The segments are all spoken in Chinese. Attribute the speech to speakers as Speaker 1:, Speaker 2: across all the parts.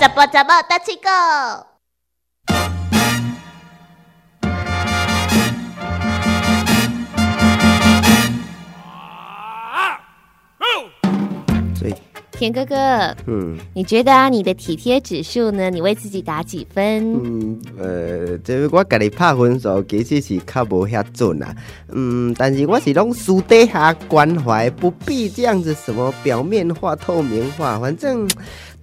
Speaker 1: 怎么怎么大七个？
Speaker 2: 所以，
Speaker 3: 田哥哥，
Speaker 2: 嗯
Speaker 3: 你觉得啊，你的体贴指数呢？你为自己打几分？
Speaker 2: 嗯呃，这我家己拍分数其实是较无遐准啦。嗯，但是我是拢私底下关怀，不必这样子什么表面化、透明化，反正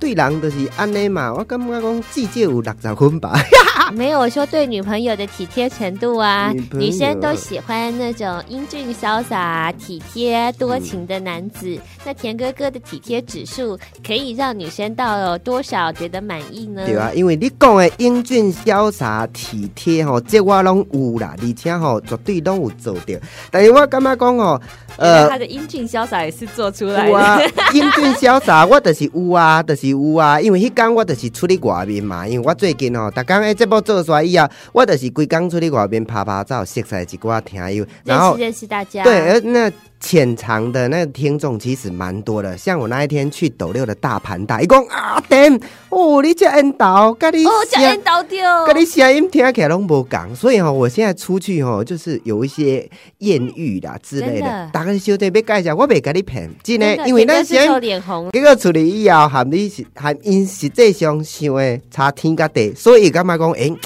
Speaker 2: 对人就是安尼嘛。我感觉讲至少有六十分吧。
Speaker 3: 啊没有，我说对女朋友的体贴程度啊
Speaker 2: 女，朋友
Speaker 3: 女生都喜欢那种英俊潇洒、体贴多情的男子。
Speaker 2: 嗯
Speaker 3: 那田哥哥的体贴指数可以让女生到有多少觉得满意呢？
Speaker 2: 对啊，因为你讲的英俊潇洒、体贴吼，这我拢有啦，而且吼绝对拢有做到。但是我感觉讲吼，呃
Speaker 4: 他。的英俊潇洒也是做出来
Speaker 2: 有啊
Speaker 4: 的。，
Speaker 2: 英俊潇洒，我就是有啊， 就是有啊。因为迄天我就是出去外面嘛，因为我最近吼，逐工诶节目做出来以后，我就是规工出去外面拍拍照，熟悉一寡听友，然
Speaker 3: 认
Speaker 2: 后
Speaker 3: 识认识大家。
Speaker 2: 对，呃而那潜藏的那个听众其实蛮多的。像我那一天去斗六的大盘大，伊讲啊，damn，哦，你这烟斗，甲你
Speaker 3: 哦，叫
Speaker 2: 声
Speaker 3: 人倒丢。
Speaker 2: 啊跟你声音听起来拢无共，所以吼、我现在出去吼、就是有一些艳遇啦之类
Speaker 3: 真
Speaker 2: 的
Speaker 3: 的。
Speaker 2: 大概小弟要介绍，我袂甲你骗，
Speaker 3: 真
Speaker 2: 真的，
Speaker 3: 的
Speaker 2: 因为
Speaker 3: 田哥
Speaker 2: 咱声
Speaker 3: 是
Speaker 2: 音
Speaker 3: 有脸红，
Speaker 2: 结果处理以后，含你是含因实际上想的差天甲地，所以感觉讲，诶、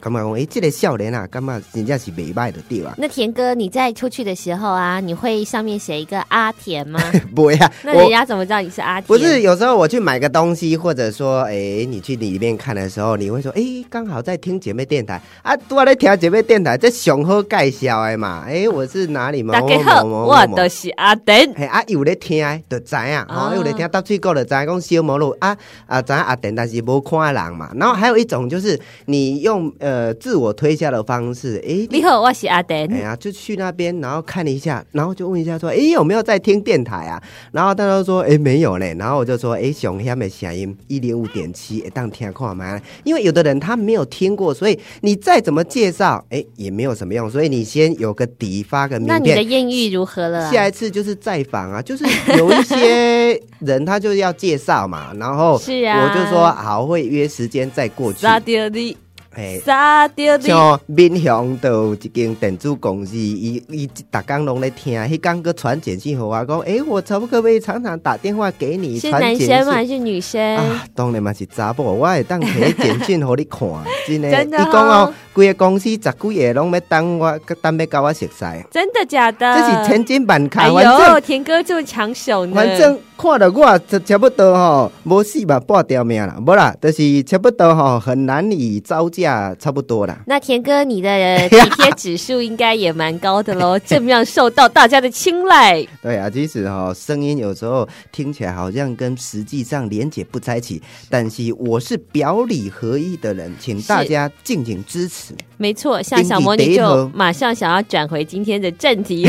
Speaker 2: 感觉讲，诶、这个少年啊，感觉真正是袂歹的 对啊，
Speaker 3: 那田哥，你在出去的时候啊，你会上面写一个阿田 吗？
Speaker 2: 袂啊，
Speaker 3: 那人
Speaker 2: 我。
Speaker 3: 家怎么知道你是阿田？
Speaker 2: 不是，有时候我去买个东西，或者说，诶，你去里面看的时候，你会说，诶，刚好在听姐妹电台啊，拄好在听姐妹电台，这上好介绍的嘛，诶，我是哪里嘛，
Speaker 4: 大家好，我的是哦阿登。
Speaker 2: 嘿啊，有咧听的就知影，吼、
Speaker 3: 啊
Speaker 2: 有咧听搭水果就知讲小毛路啊啊，知影阿等，但是无看的人嘛。然后还有一种就是你用呃自我推销的方式，诶、
Speaker 3: 你好，我是阿田
Speaker 2: 哎。呀，就去那边，然后看一下，然后就问一下说，哎，有没有在听电台啊？然后大家都说，哎，没有嘞。然后我就说，哎，熊虾的响音一零五点七，哎，当听看嘛。因为有的人他没有听过，所以你再怎么介绍，哎，也没有什么用。所以你先有个底，发个名
Speaker 3: 那你的
Speaker 2: 片。
Speaker 3: 艳遇如何了、
Speaker 2: 下
Speaker 3: 啊？
Speaker 2: 一次就是再访啊，就是有一些人他就要介绍嘛，然后
Speaker 3: 是啊
Speaker 2: 我就说好会约时间再过去，
Speaker 4: 杀掉你，
Speaker 2: 哎，
Speaker 4: 杀掉你！
Speaker 2: 像闽雄都有一间电子公司，伊伊逐工拢咧听，迄工佫传简讯互我讲，诶、我差不多可以常常打电话给你
Speaker 3: 是
Speaker 2: 传
Speaker 3: 男
Speaker 2: 简讯
Speaker 3: 生吗？还是女生？
Speaker 2: 啊，当然嘛是查某，我会当摕简讯互 你看，真的。
Speaker 4: 真的
Speaker 2: 伊讲哦
Speaker 4: 哦，
Speaker 2: 规个公司十几个拢要等我，等要甲我熟识，
Speaker 4: 真的假的？
Speaker 2: 这是千金万
Speaker 4: 呃哎
Speaker 2: 卡，反
Speaker 4: 呦，
Speaker 2: 正
Speaker 4: 田哥这么抢手呢。
Speaker 2: 反正看到我差差不多吼，无死嘛半条命啦，无啦，就是差不多吼，很难以招架，差不多啦。
Speaker 3: 那田哥，你 的体贴指数应该也蛮高的喽，正面受到大家的青睐。
Speaker 2: 对啊，其实哈、声音有时候听起来好像跟实际上连结不在一起，但是我是表里合一的人，请大家敬请支持。
Speaker 3: 没错，像小魔女就马上想要转回今天的正 题，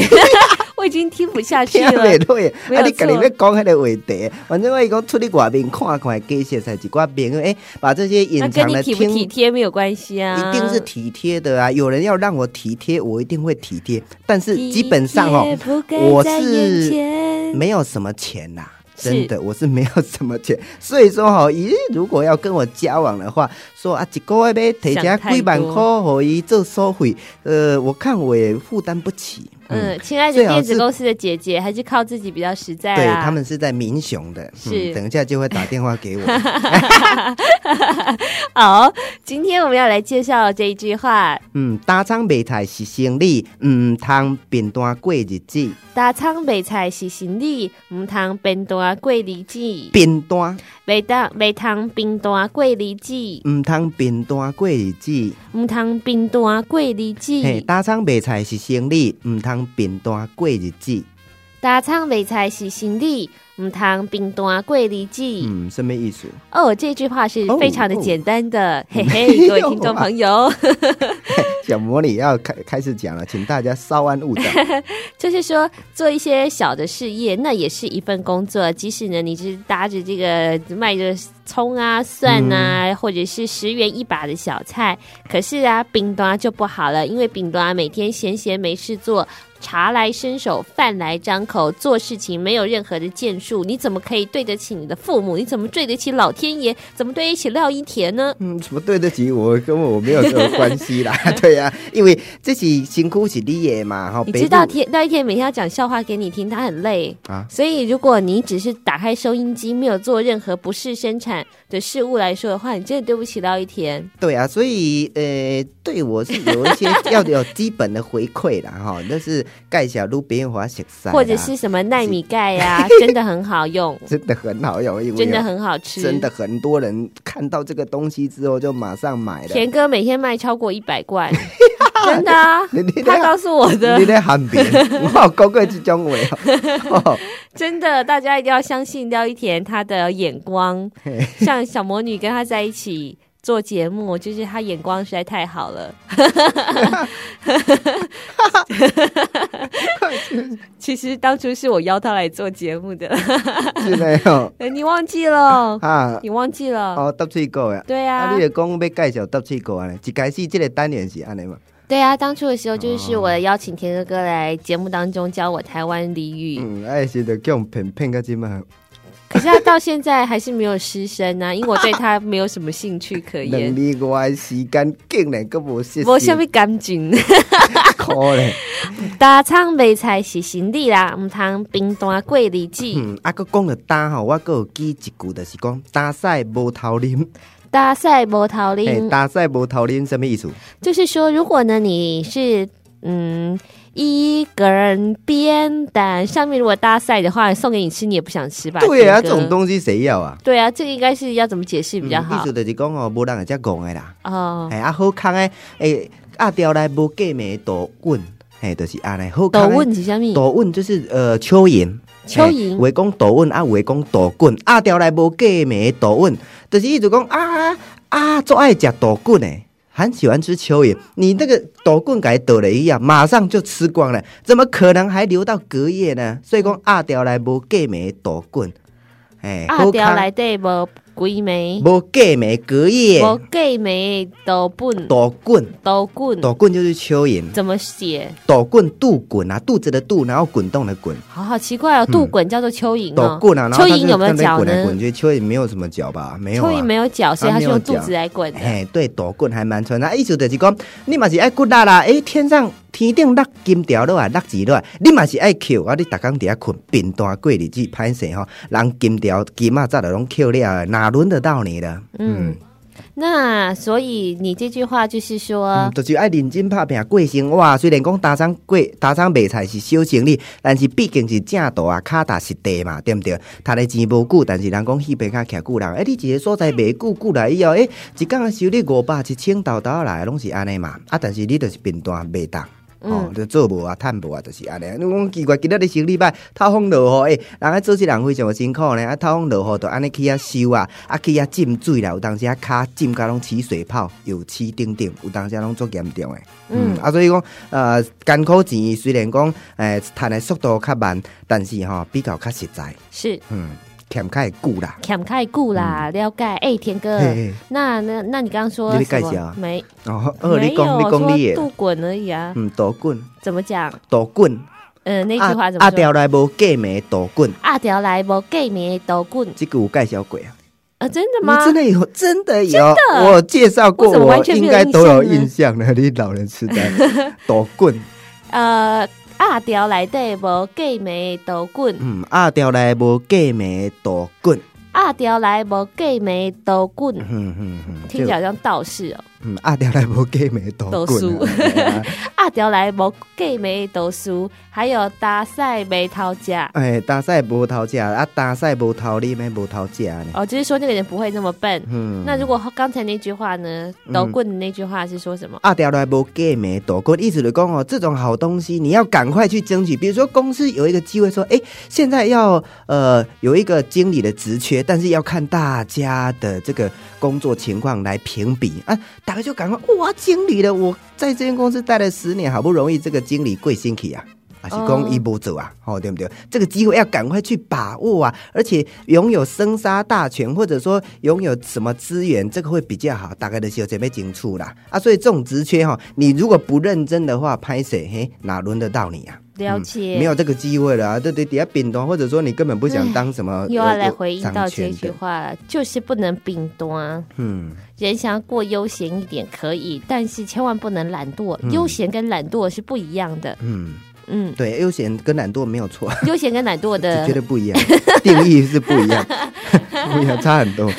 Speaker 3: 我已经 听不下去
Speaker 2: 听
Speaker 3: 了
Speaker 2: 袂。落去，
Speaker 3: 没
Speaker 2: 啊，
Speaker 3: 有
Speaker 2: 你家己
Speaker 3: 错
Speaker 2: 要讲迄个话题，反正我伊讲出去外面看看，加些在一寡朋友，哎，把这些
Speaker 3: 那
Speaker 2: 隐
Speaker 3: 跟
Speaker 2: 藏
Speaker 3: 你
Speaker 2: 的
Speaker 3: 体不
Speaker 2: 听，
Speaker 3: 体贴没有关系啊，
Speaker 2: 一定是体贴的啊。有人要让我体贴，我一定会体贴，但是基本上哦，
Speaker 3: 体贴不该
Speaker 2: 我
Speaker 3: 在
Speaker 2: 是
Speaker 3: 眼前
Speaker 2: 没有什么钱呐、
Speaker 3: 是
Speaker 2: 真的，我是没有什么钱， 所以说哈，咦，如果要跟我交往的话，说啊，一个月要提加
Speaker 4: 想太多
Speaker 2: 几万块给伊做收费，呃，我看我也负担不起。嗯，
Speaker 3: 嗯，亲爱的
Speaker 2: 最好
Speaker 3: 电子
Speaker 2: 是
Speaker 3: 公司的姐姐，还是靠自己比较实在
Speaker 2: 对
Speaker 3: 啊。
Speaker 2: 他们是在民雄的，嗯
Speaker 3: 是
Speaker 2: 等一下就会打电话 给我。
Speaker 3: 好，今天我们要来介绍这一句话：
Speaker 2: 嗯，打仗卖菜是生理，嗯，通平淡过日子，
Speaker 3: 打仓买菜是行李，唔通变单过日子，
Speaker 2: 平淡，
Speaker 3: 袂当袂通变单过日子，
Speaker 2: 唔通平淡过日子。
Speaker 3: 唔通变单过日
Speaker 2: 嘿，
Speaker 3: 子。
Speaker 2: 打仗卖菜是生理，唔通平淡过日子。
Speaker 3: 打仓买菜是行李，唔通变单过日子。
Speaker 2: 嗯，什么意思？
Speaker 3: 哦，这句话是
Speaker 2: 哦
Speaker 3: 非常的
Speaker 2: 哦
Speaker 3: 简单的，嘿
Speaker 2: 没
Speaker 3: 嘿，各位
Speaker 2: 有
Speaker 3: 听众
Speaker 2: 啊
Speaker 3: 朋友。
Speaker 2: 小魔女要开开始讲了，请大家稍安 勿躁。
Speaker 3: 就是说，做一些小的事业，那也是一份工作。即使呢，你是搭着这个卖着葱啊、蒜啊，或者是十元一把的小菜，可是啊，饼端就不好了，因为饼端每天闲闲没事做。茶来伸手，饭来张口，做事情没有任何的建数，你怎么可以对得起你的父母？你怎么对得起老天爷？怎么对得起廖一田呢？
Speaker 2: 嗯，什么对得起我，跟我没有什么关系 啦。对呀、因为这是辛苦是你的嘛，哈。
Speaker 3: 你
Speaker 2: 哦北
Speaker 3: 知
Speaker 2: 部
Speaker 3: 道天廖一田每天要讲笑话给你听，他很累
Speaker 2: 啊
Speaker 3: 所以如果你只是打开收音机，没有做任何不是生产的事物来说的话，你真的对不起廖一田。
Speaker 2: 对啊，所以呃，对我是有一些要有基本的回馈啦，哈，那是盖小路边华雪山，
Speaker 3: 或者是什么奈米钙呀、 真的很好 用，
Speaker 2: 真的很好用，因为
Speaker 3: 真的很好吃。
Speaker 2: 真的，很多人看到这个东西之后就马上买了。
Speaker 3: 田哥每天卖超过一百罐， 真的、啊
Speaker 2: 你你，
Speaker 3: 他告诉我的
Speaker 2: 你，在喊别人，我有讲过这种话哦。 哦
Speaker 3: 真的，大家一定要相信廖一田他的眼光。像小魔女跟他在一起做节目，就是他眼光实在太好了。其实当初是我邀他来做节目的，
Speaker 2: 是的哦，
Speaker 3: 哎你忘记了，
Speaker 2: 啊，
Speaker 3: 你忘记了。
Speaker 2: 哦，搭水果的。
Speaker 3: 对
Speaker 2: 啊，
Speaker 3: 啊
Speaker 2: 你，就讲要介绍搭水果安尼，一开始这个单元是安尼嘛？
Speaker 3: 对啊，当初的时候就是我邀请田哥哥来节目当中教我台湾俚语，
Speaker 2: 嗯，哎，是的，叫我们骗骗个即嘛，
Speaker 3: 可是他到现在还是没有失声啊，因为我对他没有什么兴趣可
Speaker 2: 两
Speaker 3: 言，
Speaker 2: 米外的时间竟然个无失
Speaker 3: 我下面感情。
Speaker 2: 可 咧。
Speaker 3: 大仓买菜是行李啦，唔通冰冻过日子。
Speaker 2: 嗯，啊，佮讲了单吼，我佮有记一句，就是讲打赛无头啉，
Speaker 3: 搭赛无头
Speaker 2: 哎，
Speaker 3: 拎，
Speaker 2: 打赛无头啉什么意思？
Speaker 3: 就是说，如果呢你是嗯一个人边单，上面如果搭赛的话，送给你吃你也不想吃吧？
Speaker 2: 对啊，这
Speaker 3: 田哥
Speaker 2: 种东西谁要啊？
Speaker 3: 对啊，这个应该是要怎么解释比较
Speaker 2: 嗯意
Speaker 3: 好
Speaker 2: 思？就是讲哦，无人会遮戆的啦，
Speaker 3: 哦，
Speaker 2: 哎，啊好康诶，哎，压掉来无过命倒滚，哎，就是安尼好
Speaker 3: 抖
Speaker 2: 康的。
Speaker 3: 问是下面
Speaker 2: 倒运就是呃蚯蚓，
Speaker 3: 蚯蚓
Speaker 2: 嘿有的讲倒运啊，有的讲倒滚，啊条来无过的倒运，就是意思讲啊啊，做爱食倒滚的，很喜欢吃蚯蚓，你那个倒滚给它倒了一样，马上就吃光了，怎么可能还留到隔夜呢？所以讲啊条来无过的倒滚，哎、
Speaker 3: 阿
Speaker 2: 好
Speaker 3: 条
Speaker 2: 康
Speaker 3: 啊来对无鬼梅，
Speaker 2: 无过的隔夜
Speaker 3: 无鬼梅抖笨
Speaker 2: 倒滚，
Speaker 3: 抖棍，
Speaker 2: 倒滚就是蚯蚓，
Speaker 3: 怎么写？
Speaker 2: 倒滚肚滚啊，肚子的肚，然后滚动的滚。
Speaker 3: 好好奇
Speaker 2: 嗯
Speaker 3: 怪哦，杜滚叫做蚯蚓
Speaker 2: 抖
Speaker 3: 哦，
Speaker 2: 棍啊，然后
Speaker 3: 蚯
Speaker 2: 它
Speaker 3: 蚓
Speaker 2: 就
Speaker 3: 有没有
Speaker 2: 在那边
Speaker 3: 脚
Speaker 2: 滚来
Speaker 3: 呢
Speaker 2: 滚？去，蚯蚓没有什么脚吧？没有、啊，
Speaker 3: 蚯蚓没有脚，所以它是用肚子来滚的。
Speaker 2: 嘿，对，躲棍还蛮纯。那意思就是讲，你嘛是爱骨力啦，诶，天上天顶落金条落来，落钱落来，你嘛是爱捡啊！你逐工伫遐困，贫惰过日子，歹势吼，人金条金嘛早就拢捡了，哪轮得到你了？嗯，
Speaker 3: 那所以你这句话就是
Speaker 2: 嗯
Speaker 3: 说，
Speaker 2: 就是爱认真拍拼啊过生活。虽然讲打厂过打厂卖菜是小生意，但是毕竟是正道啊，脚踏实地嘛，对毋对？趁的钱无久，但是人讲戏边较徛久人，啊诶、你一个所在卖久久来以后，诶、一工收你五百、一千豆豆来，拢是安尼嘛。啊，但是你就是贫惰袂当。
Speaker 3: 嗯
Speaker 2: 哦，就做无啊，趁无啊，就是安尼。你讲奇怪，今仔日生理歹，透风落雨，诶、人啊做事人非常的辛苦呢。啊，透风落雨就安尼去遐收啊，啊去遐浸水啦，有当时啊骹浸甲拢起水泡，有起顶顶，有当时啊拢足严重诶。嗯，啊，所以讲，呃，艰苦钱虽然讲，诶、趁诶速度较慢，但是吼、比较较实在，
Speaker 3: 是
Speaker 2: 嗯，欠较会久啦。
Speaker 3: 坎开固啦，了解。哎，田哥
Speaker 2: 嗯嘿嘿，
Speaker 3: 那那那你刚刚说
Speaker 2: 你在
Speaker 3: 什
Speaker 2: 介绍
Speaker 3: 么
Speaker 2: 啊？
Speaker 3: 没
Speaker 2: 哦，哦，
Speaker 3: 没
Speaker 2: 你
Speaker 3: 有
Speaker 2: 讲你讲你
Speaker 3: 说
Speaker 2: 诶，
Speaker 3: 杜滚而已啊？
Speaker 2: 嗯，倒滚
Speaker 3: 怎么讲？
Speaker 2: 倒滚，
Speaker 3: 呃，那句话
Speaker 2: 啊
Speaker 3: 怎
Speaker 2: 啊
Speaker 3: 么说？
Speaker 2: 条来无过暝倒滚，
Speaker 3: 阿条来无给面抖棍
Speaker 2: 即句有介绍过啊。
Speaker 3: 啊？真的
Speaker 2: 你
Speaker 3: 吗？
Speaker 2: 真的有，真的有，我介绍过，
Speaker 3: 我怎么
Speaker 2: 我
Speaker 3: 完全没
Speaker 2: 应
Speaker 3: 有
Speaker 2: 该都有印
Speaker 3: 印
Speaker 2: 象了。你老人痴 呆，抖棍，
Speaker 3: 呃，阿条来对无给面抖棍，
Speaker 2: 嗯，阿条来无过暝抖棍，
Speaker 3: 阿条来无给面抖棍，
Speaker 2: 嗯嗯嗯，
Speaker 3: 听起来像道士哦。
Speaker 2: 嗯，阿条来无过暝抖棍
Speaker 3: 抖
Speaker 2: 啊，哎呀
Speaker 3: 阿条来无给面抖输，还有搭赛没头家。
Speaker 2: 哎，打赛无头食，啊，打赛无头啉，咩无头食呢？
Speaker 3: 哦，就是说那个人不会那么笨。
Speaker 2: 嗯，
Speaker 3: 那如果刚才那句话呢？抖棍的那句话是说什么？
Speaker 2: 阿条来无过暝抖棍，意思就是讲哦，这种好东西你要赶快去争取。比如说公司有一个机会说，哎，现在要呃有一个经理的职缺，但是要看大家的这个工作情况来评比啊。大家就赶快哇，经理了，我在这间公司待了十年，好不容易这个经理贵辛苦啊。啊，是
Speaker 3: 哦
Speaker 2: 讲一波走啊，哦，对不对？这个机会要赶快去把握啊！而且拥有生杀大权，或者说拥有什么资源，这个会比较好。大概的是有准备紧处啦啊，所以这种职缺哈、你如果不认真的话，拍谁嘿，哪轮得到你啊？
Speaker 3: 了
Speaker 2: 嗯
Speaker 3: 解，
Speaker 2: 没有这个机会了啊！对对，底下饼端，或者说你根本不想当什么
Speaker 3: 嗯又要
Speaker 2: 呃
Speaker 3: 来
Speaker 2: 有
Speaker 3: 回应
Speaker 2: 掌
Speaker 3: 到这
Speaker 2: 权
Speaker 3: 句
Speaker 2: 的
Speaker 3: 话了，就是不能并端。
Speaker 2: 嗯，
Speaker 3: 人想要过悠闲一点可以，但是千万不能懒惰。悠闲跟懒惰是不一样的。
Speaker 2: 嗯，
Speaker 3: 嗯，
Speaker 2: 对，悠闲跟懒惰没 有错，
Speaker 3: 悠闲跟懒惰
Speaker 2: 这
Speaker 3: 的
Speaker 2: 绝对不一 样，定义是不一样，不一样，差很多。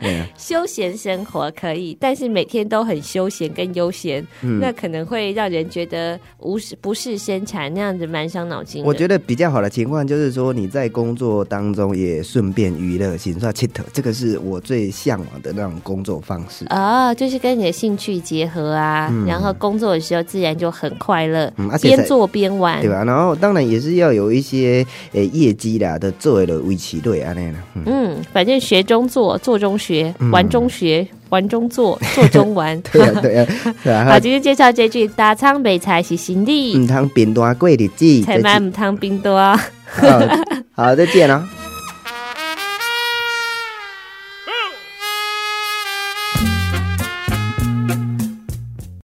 Speaker 2: 对啊，
Speaker 3: 休闲生活可以，但是每天都很休闲跟悠闲，
Speaker 2: 嗯
Speaker 3: 那可能会让人觉得无事不事生产，那样子蛮伤脑筋的。
Speaker 2: 我觉得比较好的情况就是说，你在工作当中也顺便娱乐，行算
Speaker 3: 嗯
Speaker 2: c h 这个是我最向往的那种工作方式。
Speaker 3: 啊、就是跟你的兴趣结合啊，然后工作的时候自然就很快乐，
Speaker 2: 嗯嗯而且
Speaker 3: 边
Speaker 2: 在
Speaker 3: 做边玩，
Speaker 2: 对吧？然后当然也是要有一些呃、业绩啦的作为的维持队啊那样啦。
Speaker 3: 嗯，
Speaker 2: 嗯，
Speaker 3: 反正学中做，做中学，
Speaker 2: 嗯
Speaker 3: 玩中学，玩中 做，做中玩。
Speaker 2: 对 啊，对啊，对啊。
Speaker 3: 好，今天介绍这句“打仓北菜是行李
Speaker 2: 嗯啊唔，通变大过日子。
Speaker 3: 才
Speaker 2: 再
Speaker 3: 买
Speaker 2: 见
Speaker 3: 唔汤冰多”。
Speaker 2: 嗯好，好，再见了。啊